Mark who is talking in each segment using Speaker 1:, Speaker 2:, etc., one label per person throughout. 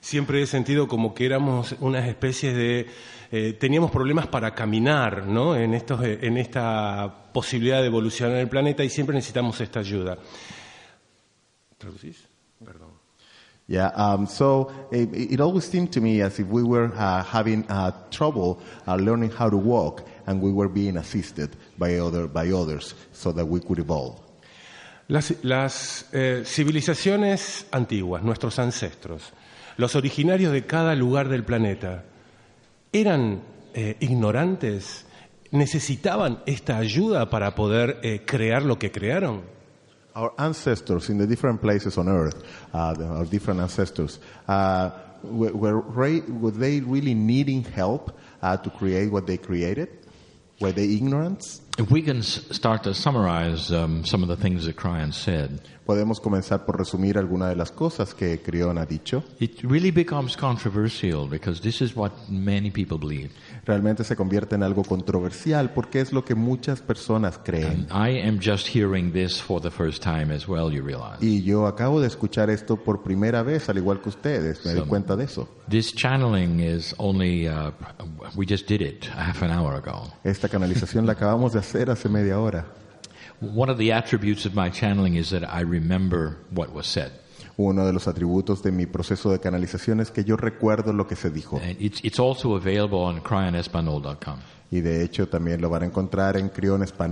Speaker 1: Siempre he sentido como que éramos unas especies de... eh, teníamos problemas para caminar, ¿no? En, estos, eh, en esta posibilidad de evolucionar el planeta y siempre necesitamos esta ayuda. ¿Traducís? Perdón.
Speaker 2: Yeah, um, so it, it always seemed to me as if we were uh, having uh, trouble uh, learning how to walk and we were being assisted by, other, by others so that we could evolve.
Speaker 1: Las, las, eh, civilizaciones antiguas, nuestros ancestros, los originarios de cada lugar del planeta, ¿eran eh, ignorantes? ¿Necesitaban esta ayuda para poder eh, crear lo que crearon?
Speaker 2: Our ancestors in the different places on earth, uh, the- our different ancestors, uh, were, were, re- were they really needing help uh, to create what they created? Were they ignorant?
Speaker 3: If we can s- start to summarize um, some of the things that Cryan said,
Speaker 2: Podemos comenzar por resumir algunas de las cosas que Creón ha dicho.
Speaker 3: it really becomes controversial because this is what many people believe.
Speaker 2: realmente se convierte en algo controversial porque es lo que muchas personas creen.
Speaker 3: I am just hearing this for the first time as well, you realize.
Speaker 2: Y yo acabo de escuchar esto por primera vez, al igual que ustedes, me doy cuenta de eso.
Speaker 3: This channeling is only, uh, we just did it half an hour ago.
Speaker 2: Esta canalización la acabamos de hacer hace media hora.
Speaker 3: One of the attributes of my channeling is that I remember what was said.
Speaker 2: Uno de los atributos de mi proceso de canalización es que yo recuerdo lo que se dijo.
Speaker 3: And it's, it's also available on cryonespanol.com.
Speaker 2: Y de hecho también lo van a encontrar en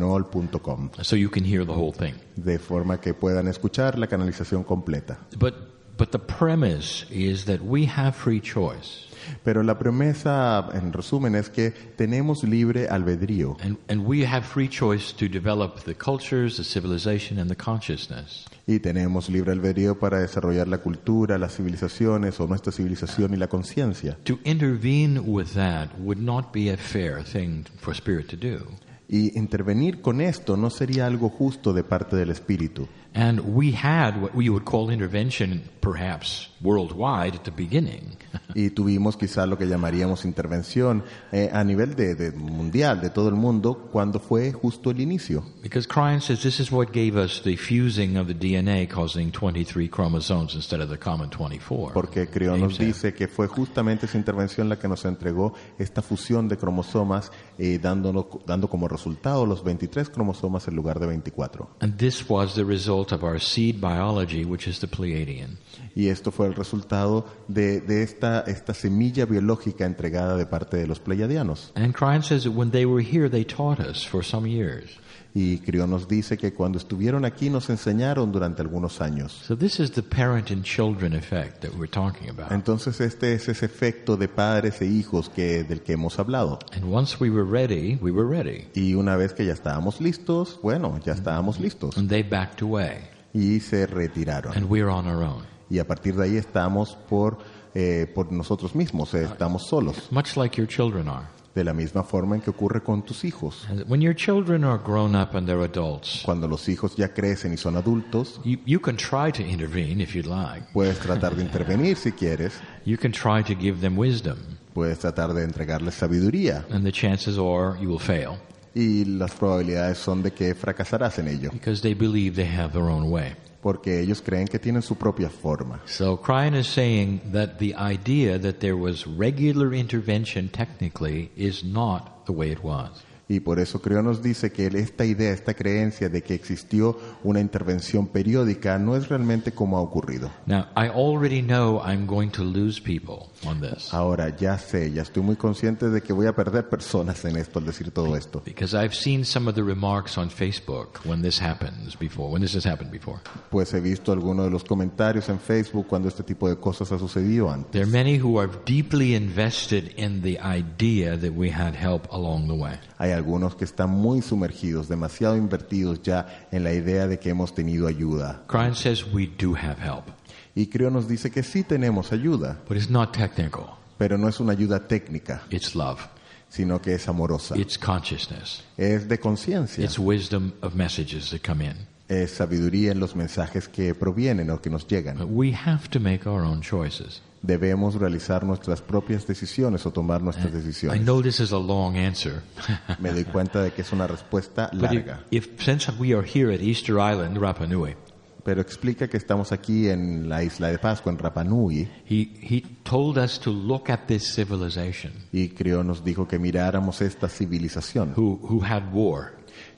Speaker 2: crionespanol.com,
Speaker 3: So you can hear the whole thing.
Speaker 2: de forma que puedan escuchar la canalización completa.
Speaker 3: But, but the premise is that we have free choice.
Speaker 2: Pero la promesa, en resumen, es que tenemos libre albedrío
Speaker 3: And, and we have free choice to develop the cultures, the civilization, and the consciousness.
Speaker 2: y tenemos libre albedrío para desarrollar la cultura, las civilizaciones o nuestra civilización y la conciencia.
Speaker 3: To intervene with that would not be a fair thing for spirit to do.
Speaker 2: Y intervenir con esto no sería algo justo de parte del espíritu.
Speaker 3: And we had what we would call intervention, perhaps worldwide at the beginning.
Speaker 2: Y tuvimos quizá lo que llamaríamos intervención eh, a nivel de, de mundial, de todo el mundo, cuando fue justo el inicio.
Speaker 3: Because Cryan says this is what gave us the fusing of the DNA causing 23 chromosomes instead of the common 24.
Speaker 2: Porque Creón nos dice que fue justamente esa intervención la que nos entregó esta fusión de cromosomas, eh, dándonos, dando como resultado los 23 cromosomas en lugar de 24.
Speaker 3: And this was the result of our seed biology, which is the Pleiadian.
Speaker 2: Y esto fue el resultado de, de esta, esta semilla biológica entregada de parte de los pleiadianos.
Speaker 3: And Cryan says that when they were here, they taught us for some years.
Speaker 2: Y Creón nos dice que cuando estuvieron aquí nos enseñaron durante algunos años.
Speaker 3: So this is the parent and children effect that we're talking about.
Speaker 2: Entonces este es ese efecto de padres e hijos que, del que hemos hablado.
Speaker 3: And once we were ready, we were ready.
Speaker 2: Y una vez que ya estábamos listos, bueno, ya estábamos listos.
Speaker 3: And they backed away.
Speaker 2: Y se retiraron.
Speaker 3: And we're on our own.
Speaker 2: y a partir de ahí estamos por, eh, por nosotros mismos, eh, estamos solos,
Speaker 3: Much like your children are.
Speaker 2: de la misma forma en que ocurre con tus hijos.
Speaker 3: And When your children are grown up and they're adults,
Speaker 2: Cuando los hijos ya crecen y son adultos,
Speaker 3: you, you can try to intervene if you'd like.
Speaker 2: puedes tratar de intervenir si quieres,
Speaker 3: You can try to give them wisdom.
Speaker 2: puedes tratar de entregarles sabiduría
Speaker 3: And the chances are you will fail
Speaker 2: y las probabilidades son de que fracasarás en ello,
Speaker 3: because they believe they have their own way.
Speaker 2: porque ellos creen que tienen su propia forma.
Speaker 3: So Cryan is saying that the idea that there was regular intervention technically is not the way it was.
Speaker 2: Y por eso creo nos dice que esta idea, esta creencia de que existió una intervención periódica no es realmente como ha ocurrido.
Speaker 3: Now, I already know I'm going to lose people on this
Speaker 2: Ahora ya sé, ya estoy muy consciente de que voy a perder personas en esto al decir todo esto,
Speaker 3: because I've seen some of the remarks on Facebook when this happens before, when this has happened before.
Speaker 2: pues he visto algunos de los comentarios en Facebook cuando este tipo de cosas ha sucedido antes.
Speaker 3: There are many who are deeply invested in the idea that we had help along the way.
Speaker 2: Hay algunos que están muy sumergidos, demasiado invertidos ya en la idea de que hemos tenido ayuda.
Speaker 3: Cryan says we do have help,
Speaker 2: Y creo nos dice que sí tenemos ayuda,
Speaker 3: but it's not technical.
Speaker 2: pero no es una ayuda técnica,
Speaker 3: It's love.
Speaker 2: sino que es amorosa.
Speaker 3: It's consciousness.
Speaker 2: Es de conciencia,
Speaker 3: It's wisdom of messages that come in.
Speaker 2: es eh, sabiduría en los mensajes que provienen o que nos llegan.
Speaker 3: But we have to make our own choices.
Speaker 2: Debemos realizar nuestras propias decisiones o tomar nuestras
Speaker 3: I
Speaker 2: decisiones.
Speaker 3: know this is a long answer,
Speaker 2: Me doy cuenta de que es una respuesta
Speaker 3: but if,
Speaker 2: larga,
Speaker 3: if since we are here at Easter Island, Rapa Nui,
Speaker 2: pero explica que estamos aquí en la isla de Pascua, en Rapa Nui,
Speaker 3: he he told us to look at this civilization
Speaker 2: y Creo nos dijo que miráramos esta civilización
Speaker 3: who who had war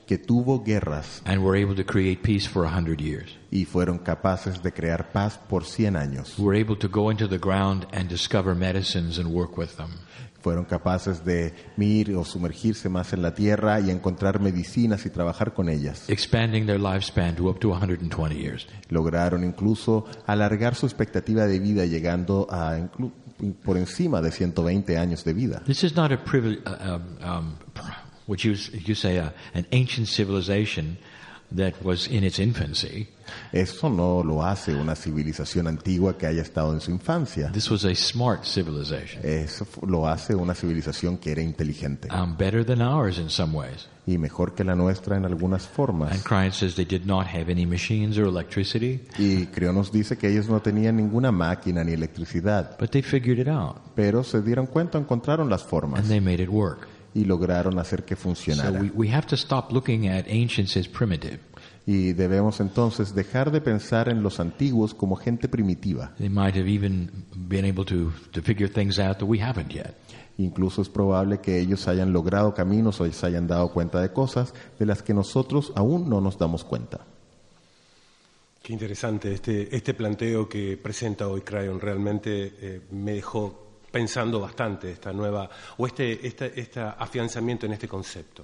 Speaker 2: que tuvo guerras
Speaker 3: and were able to create peace for a hundred years.
Speaker 2: y fueron capaces de crear paz por 100 años.
Speaker 3: who were able to go into the ground and discover medicines and work with them.
Speaker 2: Fueron capaces de ir o sumergirse más en la tierra y encontrar medicinas y trabajar con ellas.
Speaker 3: expanding their lifespan to up to 120 years.
Speaker 2: Lograron incluso alargar su expectativa de vida llegando a inclu- por encima de 120 años de vida.
Speaker 3: This is not a privilege, um, um, pr- would you, s- you say, uh, an ancient civilization that was in its infancy.
Speaker 2: Eso no lo hace una civilización antigua que haya estado en su infancia.
Speaker 3: This was a smart civilization,
Speaker 2: Eso fu- lo hace una civilización que era inteligente
Speaker 3: um, better than ours in some ways.
Speaker 2: y mejor que la nuestra en algunas
Speaker 3: And
Speaker 2: formas.
Speaker 3: Cryan says they did not have any machines or electricity,
Speaker 2: Y Creo nos dice que ellos no tenían ninguna máquina ni electricidad,
Speaker 3: but they figured it out
Speaker 2: pero se dieron cuenta, encontraron las
Speaker 3: and
Speaker 2: formas
Speaker 3: they made it work.
Speaker 2: y lograron hacer que
Speaker 3: So
Speaker 2: funcionara.
Speaker 3: we, we have to stop looking at ancients as primitive
Speaker 2: Y debemos entonces dejar de pensar en los antiguos como gente primitiva.
Speaker 3: They might have even been able to, to figure things out that we haven't yet.
Speaker 2: Incluso es probable que ellos hayan logrado caminos o se hayan dado cuenta de cosas de las que nosotros aún no nos damos cuenta.
Speaker 1: Qué interesante este, este planteo que presenta hoy Crayon. Realmente eh, me dejó pensando bastante esta nueva, o este, este, este afianzamiento en este concepto.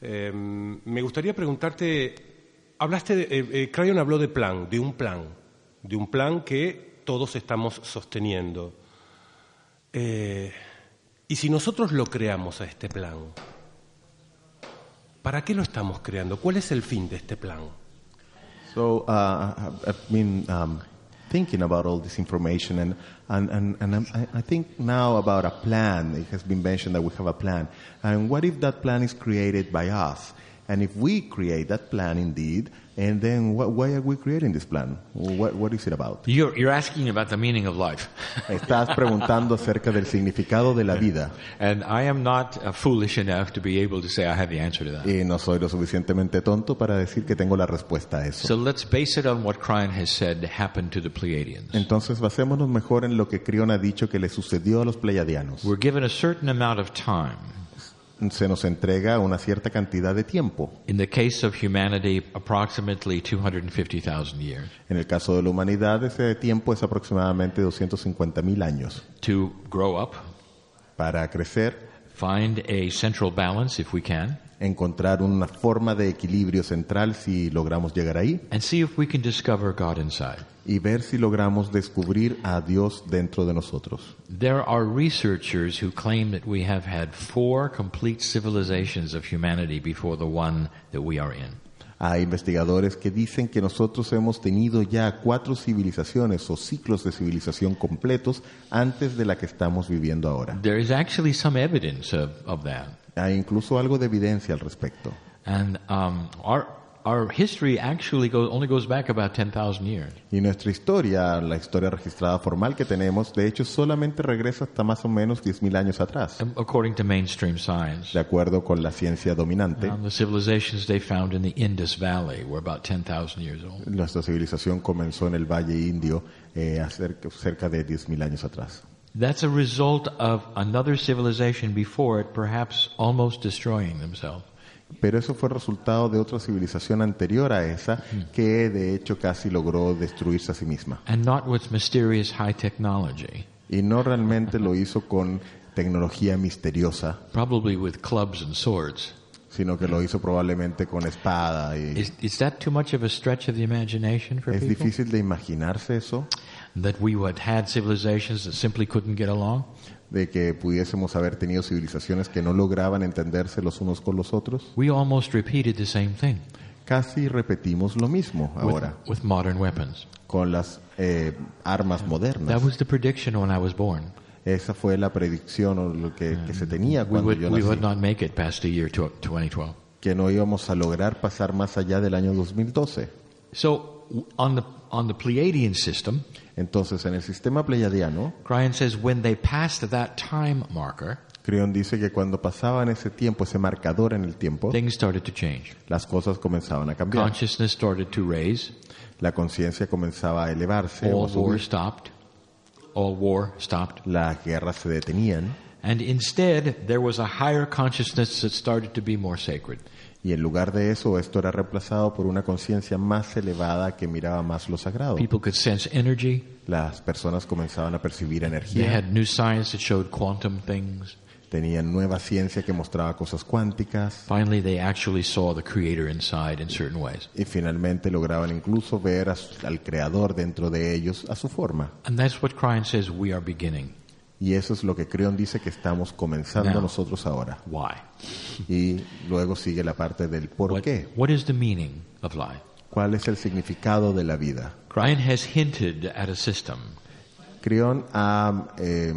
Speaker 1: Eh, me gustaría preguntarte, hablaste, de, eh, eh, Crayon habló de plan, de un plan, de un plan que todos estamos sosteniendo. Eh, y si nosotros lo creamos a este plan, ¿para qué lo estamos creando? ¿Cuál es el fin de este plan?
Speaker 2: So uh, I- I've been um, thinking about all this information, and and and, and I'm, I- I think now about a plan. It has been mentioned that we have a plan, and what if that plan is created by us? And if we create that plan indeed, and then what, why are we creating this plan? What, what is it about?
Speaker 3: You're, you're asking about the meaning of life.
Speaker 2: Estás preguntando acerca del significado de la vida.
Speaker 3: And I am not uh, foolish enough to be able to say I have the answer to that.
Speaker 2: Y no soy lo suficientemente tonto para decir que tengo la respuesta a eso.
Speaker 3: So let's base it on what Cryon has said happened to the Pleiadians.
Speaker 2: Entonces basémonos mejor en lo que Crión ha dicho que le sucedió a los pleiadianos.
Speaker 3: We're given a certain amount of time.
Speaker 2: se nos entrega una cierta cantidad de tiempo.
Speaker 3: In the case of humanity, approximately 250,000 years
Speaker 2: En el caso de la humanidad, ese tiempo es aproximadamente 250.000 años
Speaker 3: to grow up,
Speaker 2: para crecer,
Speaker 3: find a central balance if we can,
Speaker 2: encontrar una forma de equilibrio central si logramos llegar ahí
Speaker 3: and see if we can discover God inside.
Speaker 2: y ver si logramos descubrir a Dios dentro de nosotros.
Speaker 3: There are researchers who claim that we have had four complete civilizations of humanity before the one that we are in.
Speaker 2: Hay investigadores que dicen que nosotros hemos tenido ya cuatro civilizaciones o ciclos de civilización completos antes de la que estamos viviendo ahora.
Speaker 3: There is actually some evidence of, of that.
Speaker 2: Hay incluso algo de evidencia al respecto.
Speaker 3: And um, our, our history actually goes, only goes back about 10,000 years.
Speaker 2: Y nuestra historia, la historia registrada formal que tenemos, de hecho solamente regresa hasta más o menos 10.000 años atrás,
Speaker 3: um, according to mainstream science.
Speaker 2: de acuerdo con la ciencia dominante.
Speaker 3: Um, the civilizations they found in the Indus Valley were about 10,000 years old.
Speaker 2: Nuestra civilización comenzó en el Valle Indio eh, acerca- cerca de 10.000 años atrás.
Speaker 3: That's a result of another civilization before it perhaps almost destroying themselves.
Speaker 2: Pero eso fue resultado de otra civilización anterior a esa que de hecho casi logró destruirse a sí misma.
Speaker 3: And not with mysterious high technology.
Speaker 2: Y no realmente lo hizo con tecnología misteriosa,
Speaker 3: Probably with clubs and swords.
Speaker 2: sino que lo hizo probablemente con espada. Y
Speaker 3: Is, is that too much of a stretch of the imagination for
Speaker 2: ¿Es
Speaker 3: people?
Speaker 2: difícil de imaginarse eso?
Speaker 3: That we had had civilizations that simply couldn't get along?
Speaker 2: de que pudiésemos haber tenido civilizaciones que no lograban entenderse los unos con los otros,
Speaker 3: We almost repeated the same thing
Speaker 2: casi repetimos lo mismo
Speaker 3: with,
Speaker 2: ahora
Speaker 3: with modern weapons.
Speaker 2: con las eh, armas
Speaker 3: That
Speaker 2: modernas.
Speaker 3: was the prediction when I was born.
Speaker 2: Esa fue la predicción o lo que, que se tenía
Speaker 3: We
Speaker 2: cuando
Speaker 3: would,
Speaker 2: yo
Speaker 3: we would
Speaker 2: nací,
Speaker 3: not make it past the year tw- 2012.
Speaker 2: que no íbamos a lograr pasar más allá del año 2012.
Speaker 3: So w- on the on the Pleiadian system,
Speaker 2: Entonces, en el sistema pleiadiano,
Speaker 3: Cryon says when they passed that time marker,
Speaker 2: Creón dice que cuando pasaban ese tiempo, ese marcador en el tiempo,
Speaker 3: things started to change.
Speaker 2: las cosas comenzaban a cambiar.
Speaker 3: Consciousness started to raise.
Speaker 2: La conciencia comenzaba a elevarse, o a
Speaker 3: All war
Speaker 2: subir.
Speaker 3: stopped. All war stopped.
Speaker 2: las guerras se detenían.
Speaker 3: And instead, there was a higher consciousness that started to be more sacred.
Speaker 2: Y en lugar de eso, esto era reemplazado por una conciencia más elevada que miraba más lo sagrado.
Speaker 3: People could sense energy.
Speaker 2: Las personas comenzaban a percibir
Speaker 3: They
Speaker 2: energía,
Speaker 3: had new science that showed quantum things.
Speaker 2: tenían nueva ciencia que mostraba cosas cuánticas
Speaker 3: Finally, they actually saw the creator inside in certain ways.
Speaker 2: y finalmente lograban incluso ver a su- al creador dentro de ellos a su forma.
Speaker 3: And that's what Cryon says we are beginning.
Speaker 2: Y eso es lo que Creón dice que estamos comenzando
Speaker 3: Now.
Speaker 2: nosotros ahora.
Speaker 3: Why?
Speaker 2: Y luego sigue la parte del por
Speaker 3: What,
Speaker 2: qué.
Speaker 3: what is the meaning of life?
Speaker 2: ¿Cuál es el significado de la vida?
Speaker 3: Cryon has hinted at a system.
Speaker 2: Creón ha eh,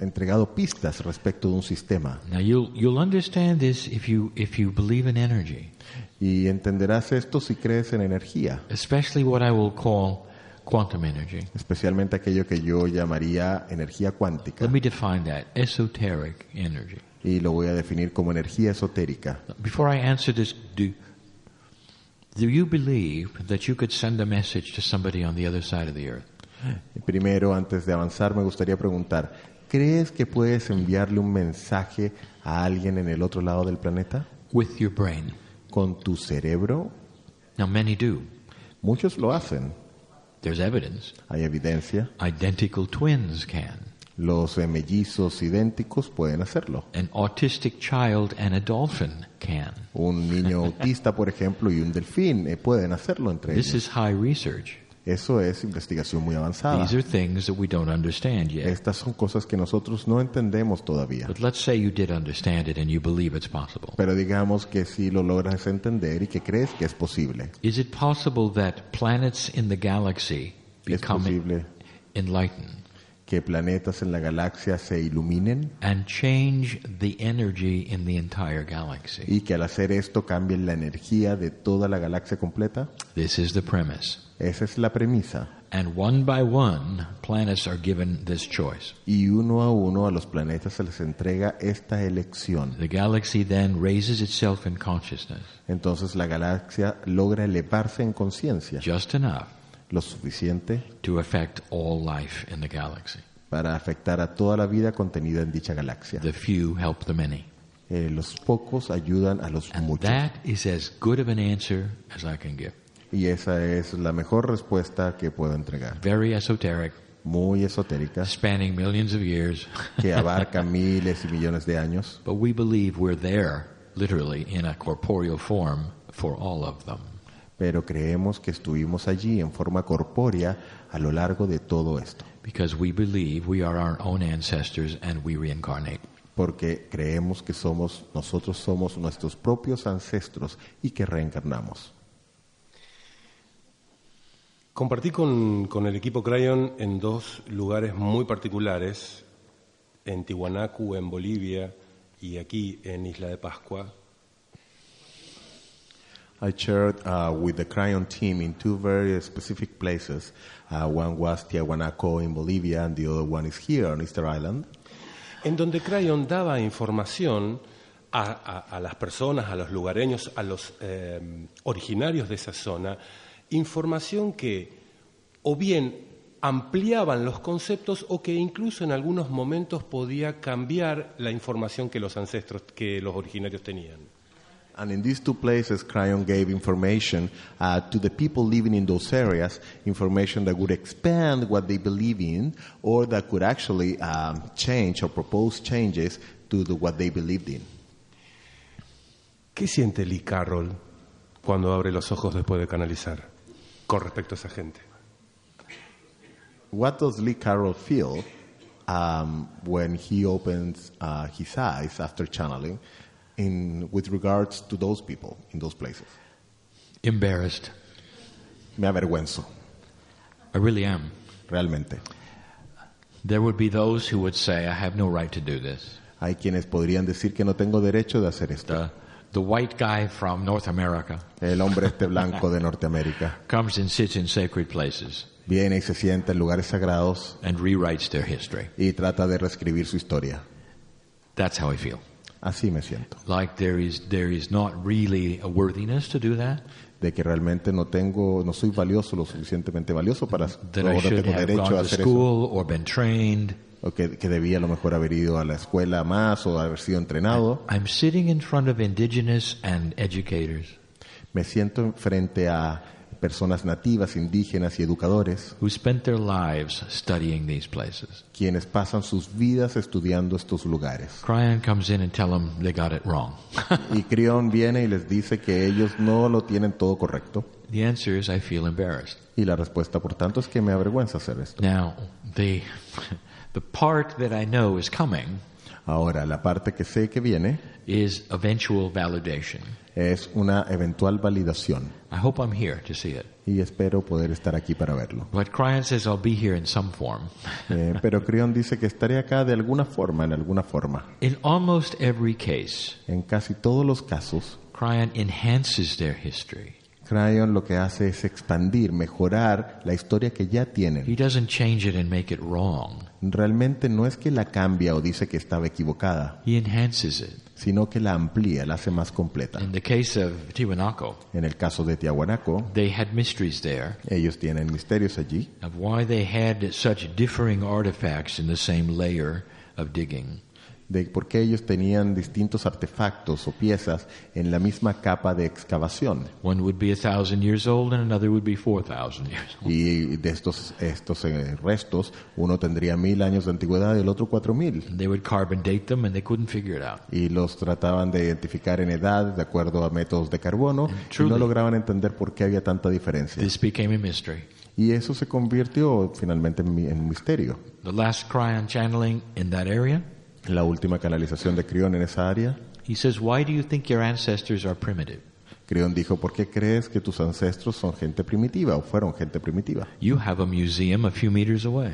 Speaker 2: entregado pistas respecto de un sistema.
Speaker 3: Now you'll you'll understand this if you if you believe in energy,
Speaker 2: Y entenderás esto si crees en energía,
Speaker 3: especially what I will call quantum energy.
Speaker 2: especialmente aquello que yo llamaría energía cuántica.
Speaker 3: Let me define that esoteric energy.
Speaker 2: Y lo voy a definir como energía esotérica.
Speaker 3: Before I answer this, do Do you believe that you could send a message to somebody on the other side of the earth?
Speaker 2: Primero, antes de avanzar, me gustaría preguntar, ¿crees que puedes enviarle un mensaje a alguien en el otro lado del planeta?
Speaker 3: With your brain.
Speaker 2: ¿Con tu cerebro?
Speaker 3: Now, many do.
Speaker 2: Muchos lo hacen.
Speaker 3: There's evidence.
Speaker 2: Hay evidencia.
Speaker 3: Identical twins can.
Speaker 2: Los eh, mellizos idénticos pueden hacerlo.
Speaker 3: An autistic child and a dolphin can.
Speaker 2: Un niño autista, por ejemplo, y un delfín eh, pueden hacerlo entre
Speaker 3: This
Speaker 2: ellos.
Speaker 3: is high research.
Speaker 2: Eso es investigación muy avanzada.
Speaker 3: These are things that we don't understand yet.
Speaker 2: Estas son cosas que nosotros no entendemos todavía.
Speaker 3: But let's say you did understand it and you believe it's possible.
Speaker 2: Pero digamos que si lo logras entender y que crees que es posible.
Speaker 3: Is it possible that planets in the galaxy
Speaker 2: Es
Speaker 3: become
Speaker 2: posible
Speaker 3: enlightened
Speaker 2: que planetas en la galaxia se iluminen
Speaker 3: and change the energy in the entire galaxy?
Speaker 2: y que al hacer esto cambien la energía de toda la galaxia completa.
Speaker 3: This is the premise.
Speaker 2: Esa es la premisa.
Speaker 3: And one by one, planets are given this choice.
Speaker 2: Y uno a uno a los planetas se les entrega esta elección.
Speaker 3: The galaxy then raises itself in consciousness
Speaker 2: Entonces la galaxia logra elevarse en conciencia
Speaker 3: just enough
Speaker 2: lo suficiente
Speaker 3: to affect all life in the galaxy.
Speaker 2: para afectar a toda la vida contenida en dicha galaxia.
Speaker 3: The few help the many.
Speaker 2: Eh, los pocos ayudan a los
Speaker 3: And
Speaker 2: muchos.
Speaker 3: that is as good of an answer as I can give.
Speaker 2: Y esa es la mejor respuesta que puedo entregar.
Speaker 3: Very esoteric,
Speaker 2: Muy esotérica,
Speaker 3: spanning millions of years.
Speaker 2: que abarca miles y millones de años.
Speaker 3: but we believe we're there, literally, in a corporeal form for all of them.
Speaker 2: Pero creemos que estuvimos allí en forma corpórea a lo largo de todo esto.
Speaker 3: Because we believe we are our own ancestors and we reincarnate.
Speaker 2: Porque creemos que somos, nosotros somos nuestros propios ancestros y que reencarnamos.
Speaker 1: Compartí con, con el equipo Crayon en dos lugares muy particulares, en Tiwanaku, en Bolivia, y aquí en Isla de Pascua.
Speaker 2: I shared uh, with the Cryon team in two very specific places. Uh, one was Tiahuanaco in Bolivia, and the other one is here on Easter Island.
Speaker 1: en donde Crayon daba información a, a- a las personas, a los lugareños, a los eh, originarios de esa zona, información que o bien ampliaban los conceptos o que incluso en algunos momentos podía cambiar la información que los ancestros, que los originarios tenían.
Speaker 2: And in these two places, Cryon gave information uh, to the people living in those areas, information that would expand what they believe in, or that could actually um, change or propose changes to the, what they believed in.
Speaker 1: ¿Qué siente Lee Carroll cuando abre los ojos después de canalizar con respecto a esa gente?
Speaker 2: What does Lee Carroll feel um, when he opens uh, his eyes after channeling, in with regards to those people in those places?
Speaker 3: Embarrassed.
Speaker 2: Me avergüenzo,
Speaker 3: I really am.
Speaker 2: realmente.
Speaker 3: There would be those who would say, I have no right to do this.
Speaker 2: Hay quienes podrían decir que no tengo derecho de hacer esto.
Speaker 3: The, the white guy from North America
Speaker 2: El hombre este blanco de Norteamérica
Speaker 3: comes and sits in sacred places
Speaker 2: viene y se sienta en lugares sagrados
Speaker 3: and rewrites their history.
Speaker 2: y trata de reescribir su historia.
Speaker 3: That's how I feel.
Speaker 2: Así me siento,
Speaker 3: Like there is, there is not really a worthiness to do that.
Speaker 2: de que realmente no tengo, no soy valioso lo suficientemente valioso para
Speaker 3: That
Speaker 2: no,
Speaker 3: I
Speaker 2: no
Speaker 3: should
Speaker 2: tengo
Speaker 3: have gone
Speaker 2: derecho a
Speaker 3: to
Speaker 2: hacer eso,
Speaker 3: school or been trained.
Speaker 2: o que, que debía a lo mejor haber ido a la escuela más o haber sido entrenado.
Speaker 3: I'm sitting in front of indigenous and educators
Speaker 2: Me siento frente a personas nativas, indígenas y educadores,
Speaker 3: who spent their lives studying these places.
Speaker 2: quienes pasan sus vidas estudiando estos lugares.
Speaker 3: Cryon comes in and tell them they got it wrong.
Speaker 2: Y Creon viene y les dice que ellos no lo tienen todo correcto.
Speaker 3: the answer is I feel embarrassed.
Speaker 2: Y la respuesta, por tanto, es que me avergüenza hacer esto.
Speaker 3: Now, the, the part that I know is coming
Speaker 2: Ahora, la parte que sé que viene
Speaker 3: is eventual validation.
Speaker 2: es una eventual validación
Speaker 3: I hope I'm here to see it.
Speaker 2: y espero poder estar aquí para verlo.
Speaker 3: But Cryon says I'll be here in some form.
Speaker 2: Eh, pero Creon dice que estaré acá de alguna forma, en alguna forma.
Speaker 3: In almost every case,
Speaker 2: En casi todos los casos,
Speaker 3: Cryon enhances their history
Speaker 2: Crayon lo que hace es expandir, mejorar la historia que ya
Speaker 3: He
Speaker 2: tienen.
Speaker 3: doesn't change it and make it wrong.
Speaker 2: Realmente no es que la cambia o dice que estaba equivocada,
Speaker 3: He enhances it.
Speaker 2: sino que la amplía, la hace más completa.
Speaker 3: In the case of Tiwanaku,
Speaker 2: En el caso de Tiahuanaco,
Speaker 3: they had mysteries there
Speaker 2: ellos tienen misterios allí
Speaker 3: of why they had such differing artifacts in the same layer of digging.
Speaker 2: de por qué ellos tenían distintos artefactos o piezas en la misma capa de excavación.
Speaker 3: One would be a thousand years old and another would be four thousand years old.
Speaker 2: Y de estos, estos eh, restos, uno tendría mil años de antigüedad y el otro cuatro mil.
Speaker 3: And They would carbon date them and they couldn't figure it out.
Speaker 2: Y los trataban de identificar en edad de acuerdo a métodos de carbono y no
Speaker 3: Truly.
Speaker 2: lograban entender por qué había tanta diferencia.
Speaker 3: This became a mystery.
Speaker 2: Y eso se convirtió finalmente en, mi- en misterio.
Speaker 3: The last cryon channeling in that area,
Speaker 2: La última canalización de Creón en esa área,
Speaker 3: he says, Why do you think your ancestors are primitive?
Speaker 2: Creón dijo, ¿por qué crees que tus ancestros son gente primitiva o fueron gente primitiva?
Speaker 3: You have a museum a few meters away.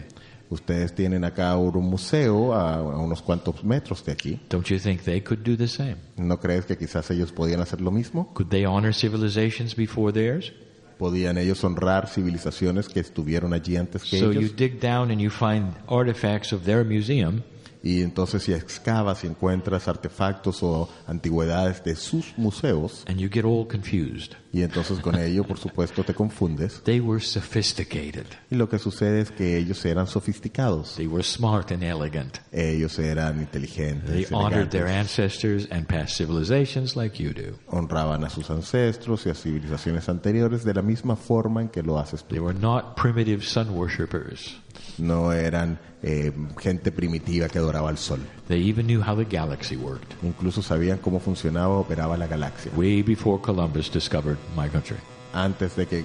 Speaker 2: Ustedes tienen acá un museo a, a unos cuantos metros de aquí.
Speaker 3: Don't you think they could do the same?
Speaker 2: ¿No crees que quizás ellos podían hacer lo mismo?
Speaker 3: Could they honor civilizations before theirs?
Speaker 2: ¿Podían ellos honrar civilizaciones que estuvieron allí antes que
Speaker 3: So you
Speaker 2: ellos?
Speaker 3: dig down and you find artifacts of their museum,
Speaker 2: Y entonces si excavas y encuentras artefactos o antigüedades de sus museos,
Speaker 3: and you get all confused.
Speaker 2: y entonces con ello, por supuesto, te confundes.
Speaker 3: They were sophisticated.
Speaker 2: Y lo que sucede es que ellos eran sofisticados.
Speaker 3: They were smart and elegant.
Speaker 2: Ellos eran
Speaker 3: They
Speaker 2: inteligentes,
Speaker 3: honored their
Speaker 2: elegantes,
Speaker 3: ancestors and past civilizations like you do.
Speaker 2: honraban a sus ancestros y a civilizaciones anteriores de la misma forma en que lo haces tú.
Speaker 3: They were not primitive sun worshippers.
Speaker 2: No eran eh, gente primitiva que adoraba al sol.
Speaker 3: They even knew how the galaxy worked
Speaker 2: Incluso sabían cómo funcionaba, operaba la galaxia.
Speaker 3: way before Columbus discovered my country.
Speaker 2: antes de que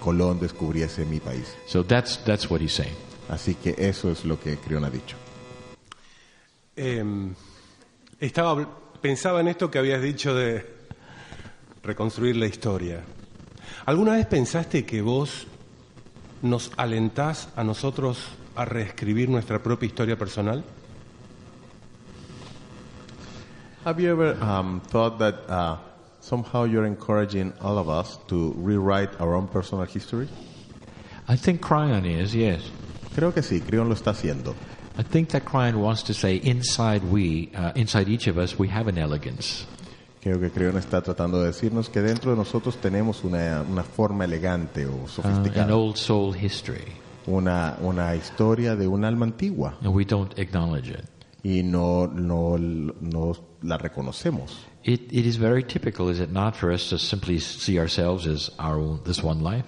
Speaker 2: Colón descubriese mi país.
Speaker 3: So that's that's what he's saying.
Speaker 2: Así que eso es lo que Creón ha dicho.
Speaker 1: Em, estaba, habl- pensaba en esto que habías dicho de reconstruir la historia. ¿Alguna vez pensaste que vos nos alentás a nosotros a reescribir nuestra propia historia personal?
Speaker 2: Have you ever um, thought that uh, somehow you're encouraging all of us to rewrite our own personal history?
Speaker 3: I think Cryon is, yes.
Speaker 2: Creo que sí, Creón lo está haciendo.
Speaker 3: I think that Cryon wants to say inside we, uh, inside each of us, we have an elegance.
Speaker 2: Creo que Creón está tratando de decirnos que dentro de nosotros tenemos una, una forma elegante o
Speaker 3: uh, an
Speaker 2: sofisticada,
Speaker 3: old soul history,
Speaker 2: una, una historia de un alma antigua
Speaker 3: and we don't acknowledge it.
Speaker 2: y no, no, no la reconocemos.
Speaker 3: It, it is very typical, is it not, for us to simply see ourselves as our own, this one life?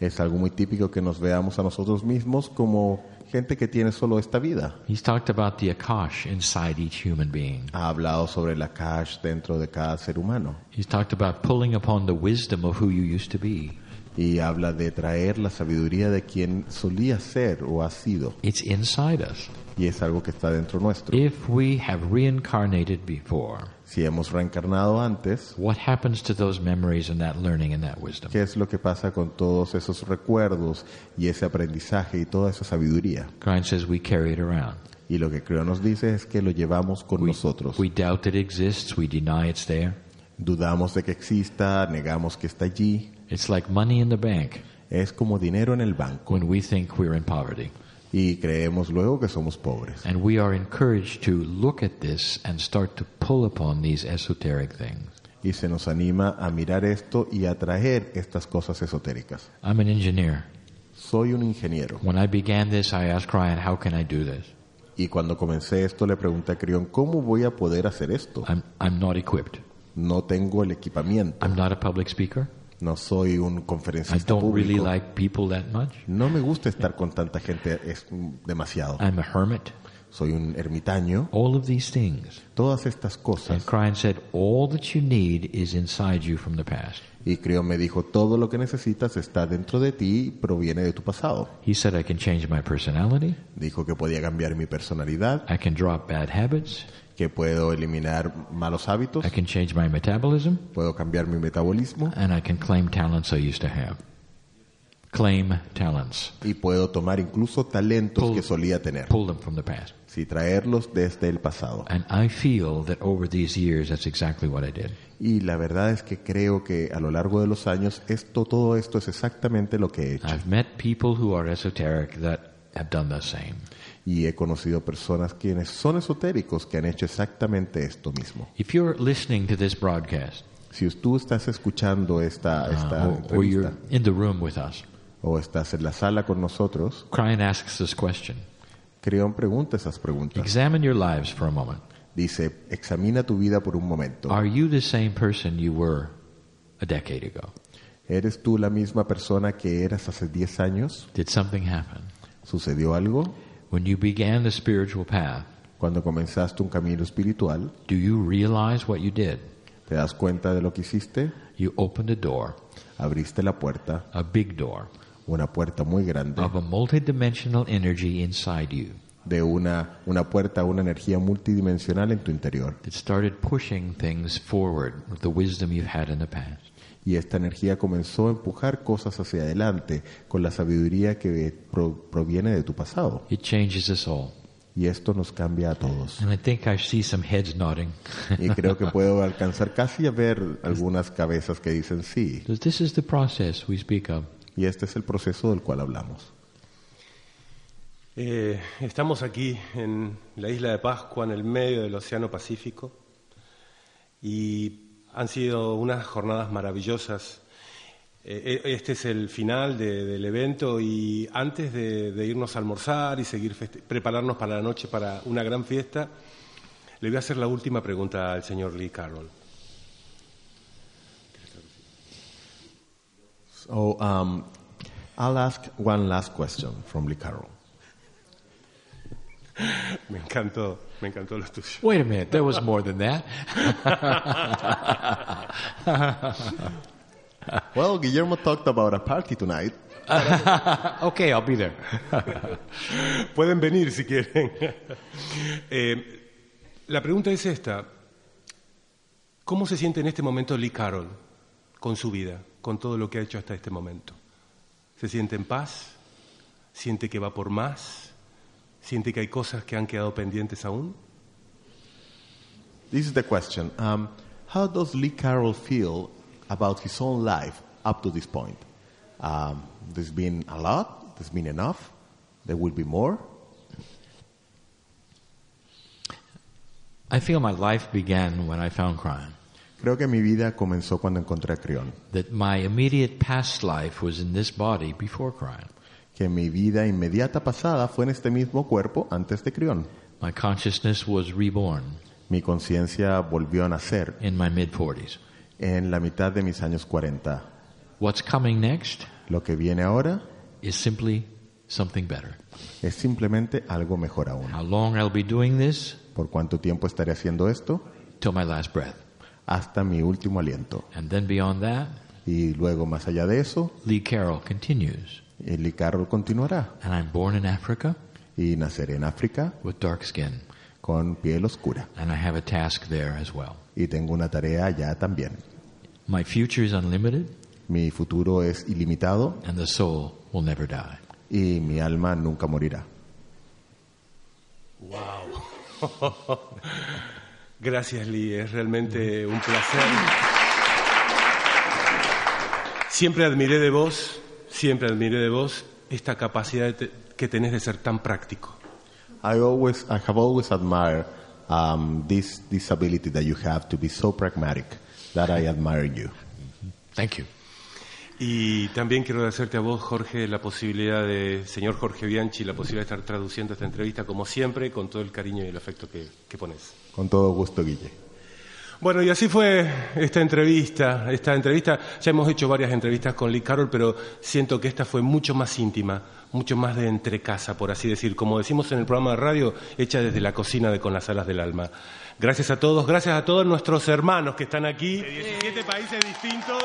Speaker 2: Es algo muy típico que nos veamos a nosotros mismos como gente que tiene solo esta vida.
Speaker 3: He's talked about the Akash inside each human being.
Speaker 2: Ha hablado sobre la cash dentro de cada ser humano
Speaker 3: He's talked about pulling upon the wisdom of who you used to be.
Speaker 2: y habla de traer la sabiduría de quien solía ser o ha sido
Speaker 3: It's inside us.
Speaker 2: y es algo que está dentro nuestro.
Speaker 3: If we have reincarnated before,
Speaker 2: Si hemos reencarnado antes,
Speaker 3: what happens to those memories and that learning and that wisdom?
Speaker 2: ¿qué es lo que pasa con todos esos recuerdos y ese aprendizaje y toda esa sabiduría?
Speaker 3: Grind says we carry it around.
Speaker 2: Y lo que creo nos dice es que lo llevamos con nosotros.
Speaker 3: We doubt it exists, we deny it's there.
Speaker 2: Dudamos de que exista, negamos que está allí.
Speaker 3: It's like money in the bank
Speaker 2: Es como dinero en el banco
Speaker 3: when we think we're in poverty.
Speaker 2: y creemos luego que somos pobres.
Speaker 3: And we are encouraged to look at this and start to pull upon these esoteric things.
Speaker 2: Y se nos anima a mirar esto y a traer estas cosas esotéricas.
Speaker 3: I'm an engineer.
Speaker 2: Soy un ingeniero.
Speaker 3: When I began this, I asked Ryan, how can I do this?
Speaker 2: Y cuando comencé esto le pregunté a Crión, ¿cómo voy a poder hacer esto?
Speaker 3: I'm, I'm not equipped.
Speaker 2: No tengo el equipamiento.
Speaker 3: I'm not a public speaker.
Speaker 2: No soy un
Speaker 3: I
Speaker 2: conferencista
Speaker 3: don't really
Speaker 2: público.
Speaker 3: like people that much.
Speaker 2: No me gusta estar con tanta gente, es mm, demasiado.
Speaker 3: I'm a hermit.
Speaker 2: Soy un ermitaño.
Speaker 3: All of these things.
Speaker 2: Todas estas
Speaker 3: And
Speaker 2: cosas.
Speaker 3: Ryan said, all that you need is inside you from the past.
Speaker 2: Y Crión me dijo, todo lo que necesitas está dentro de ti y proviene de tu pasado.
Speaker 3: He said, I can change my personality.
Speaker 2: Dijo que podía cambiar mi personalidad,
Speaker 3: I can drop bad habits.
Speaker 2: que puedo eliminar malos hábitos,
Speaker 3: I can change my metabolism.
Speaker 2: puedo cambiar mi metabolismo.
Speaker 3: And I can claim talents I used to have. claim talents,
Speaker 2: y puedo tomar incluso talentos que solía tener,
Speaker 3: pull them from the past.
Speaker 2: si traerlos desde el pasado.
Speaker 3: And I feel that over these years, that's exactly what I did.
Speaker 2: Y la verdad es que creo que a lo largo de los años esto, todo esto es exactamente lo que he hecho.
Speaker 3: I've met people who are esoteric that have done the same.
Speaker 2: Y he conocido personas quienes son esotéricos que han hecho exactamente esto mismo.
Speaker 3: If you're listening to this broadcast,
Speaker 2: Si tú estás escuchando esta, esta
Speaker 3: uh, or, or you're
Speaker 2: entrevista
Speaker 3: in the room with us,
Speaker 2: o estás en la sala con nosotros,
Speaker 3: Cryan asks this question.
Speaker 2: Creón pregunta esas preguntas.
Speaker 3: Examine your lives for a moment.
Speaker 2: Dice, examina tu vida por un momento.
Speaker 3: Are you the same person you were a decade ago?
Speaker 2: ¿Eres tú la misma persona que eras hace 10 años?
Speaker 3: Did something happen?
Speaker 2: ¿Sucedió algo?
Speaker 3: When you began the spiritual path,
Speaker 2: Cuando comenzaste un camino espiritual,
Speaker 3: do you realize what you did?
Speaker 2: ¿te das cuenta de lo que hiciste?
Speaker 3: You opened a door,
Speaker 2: Abriste la puerta,
Speaker 3: a big door,
Speaker 2: una puerta muy grande,
Speaker 3: of a multidimensional energy inside you
Speaker 2: de una, una puerta a una energía multidimensional en tu interior.
Speaker 3: that started pushing things forward with the wisdom you've had in the past.
Speaker 2: Y esta energía comenzó a empujar cosas hacia adelante con la sabiduría que pro- proviene de tu pasado.
Speaker 3: It changes us all.
Speaker 2: Y esto nos cambia a todos.
Speaker 3: And I think I see some heads nodding.
Speaker 2: Y creo que puedo alcanzar casi a ver algunas cabezas que dicen sí.
Speaker 3: Because this is the process we speak of.
Speaker 2: Y este es el proceso del cual hablamos.
Speaker 1: Eh, estamos aquí en la isla de Pascua, en el medio del Océano Pacífico, y han sido unas jornadas maravillosas. Eh, eh, este es el final de- del evento y antes de, de irnos a almorzar y seguir feste- prepararnos para la noche para una gran fiesta, le voy a hacer la última pregunta al señor Lee Carroll.
Speaker 2: So, um, I'll ask one last question from Lee Carroll.
Speaker 1: Me encantó, me encantó lo tuyo.
Speaker 3: Wait a minute, there was more than that.
Speaker 2: Well, Guillermo talked about a party tonight.
Speaker 3: okay, I'll be there.
Speaker 1: Pueden venir si quieren. Eh, la pregunta es esta. ¿Cómo se siente en este momento Lee Carroll con su vida, con todo lo que ha hecho hasta este momento? ¿Se siente en paz? ¿Siente que va por más? ¿Siente que hay cosas que han quedado pendientes aún?
Speaker 2: This is the question. Um, how does Lee Carroll feel about his own life up to this point? Um, there's been a lot. There's been enough. There will be more.
Speaker 3: I feel my life began when I found Cryan.
Speaker 2: Creo que mi vida comenzó cuando encontré a Creon.
Speaker 3: That my immediate past life was in this body before Cryan.
Speaker 2: Que mi vida inmediata pasada fue en este mismo cuerpo antes de Creon.
Speaker 3: My consciousness was reborn
Speaker 2: Mi conciencia volvió a nacer
Speaker 3: in my mid 40s.
Speaker 2: en la mitad de mis años 40.
Speaker 3: What's coming next
Speaker 2: Lo que viene ahora
Speaker 3: is simply something better.
Speaker 2: es simplemente algo mejor aún.
Speaker 3: How long I'll be doing this?
Speaker 2: ¿Por cuánto tiempo estaré haciendo esto?
Speaker 3: Till my last breath.
Speaker 2: Hasta mi último aliento.
Speaker 3: And then beyond that,
Speaker 2: Y luego, más allá de eso,
Speaker 3: Lee Carroll continues.
Speaker 2: el Icarro continuará.
Speaker 3: And I'm born in Africa
Speaker 2: Y naceré en África
Speaker 3: with dark skin.
Speaker 2: con piel oscura.
Speaker 3: And I have a task there as well.
Speaker 2: Y tengo una tarea allá también.
Speaker 3: My future is unlimited,
Speaker 2: Mi futuro es ilimitado
Speaker 3: and the soul will never die.
Speaker 2: y mi alma nunca morirá.
Speaker 1: Gracias, Lee. Es realmente un placer. Siempre admiré de vos, siempre admiré de vos esta capacidad de te- que tenés de ser tan práctico.
Speaker 2: I always, I have always admired um, this this ability that you have to be so pragmatic. That I admire you.
Speaker 3: Thank you.
Speaker 1: Y también quiero agradecerte a vos, Jorge, la posibilidad de, señor Jorge Bianchi, la posibilidad de estar traduciendo esta entrevista, como siempre, con todo el cariño y el afecto que, que pones.
Speaker 2: Con todo gusto, Guille.
Speaker 1: Bueno, y así fue esta entrevista. Esta entrevista, ya hemos hecho varias entrevistas con Lee Carroll, pero siento que esta fue mucho más íntima, mucho más de entrecasa, por así decir. Como decimos en el programa de radio, hecha desde la cocina de Con las Alas del Alma. Gracias a todos, gracias a todos nuestros hermanos que están aquí, de 17 países distintos.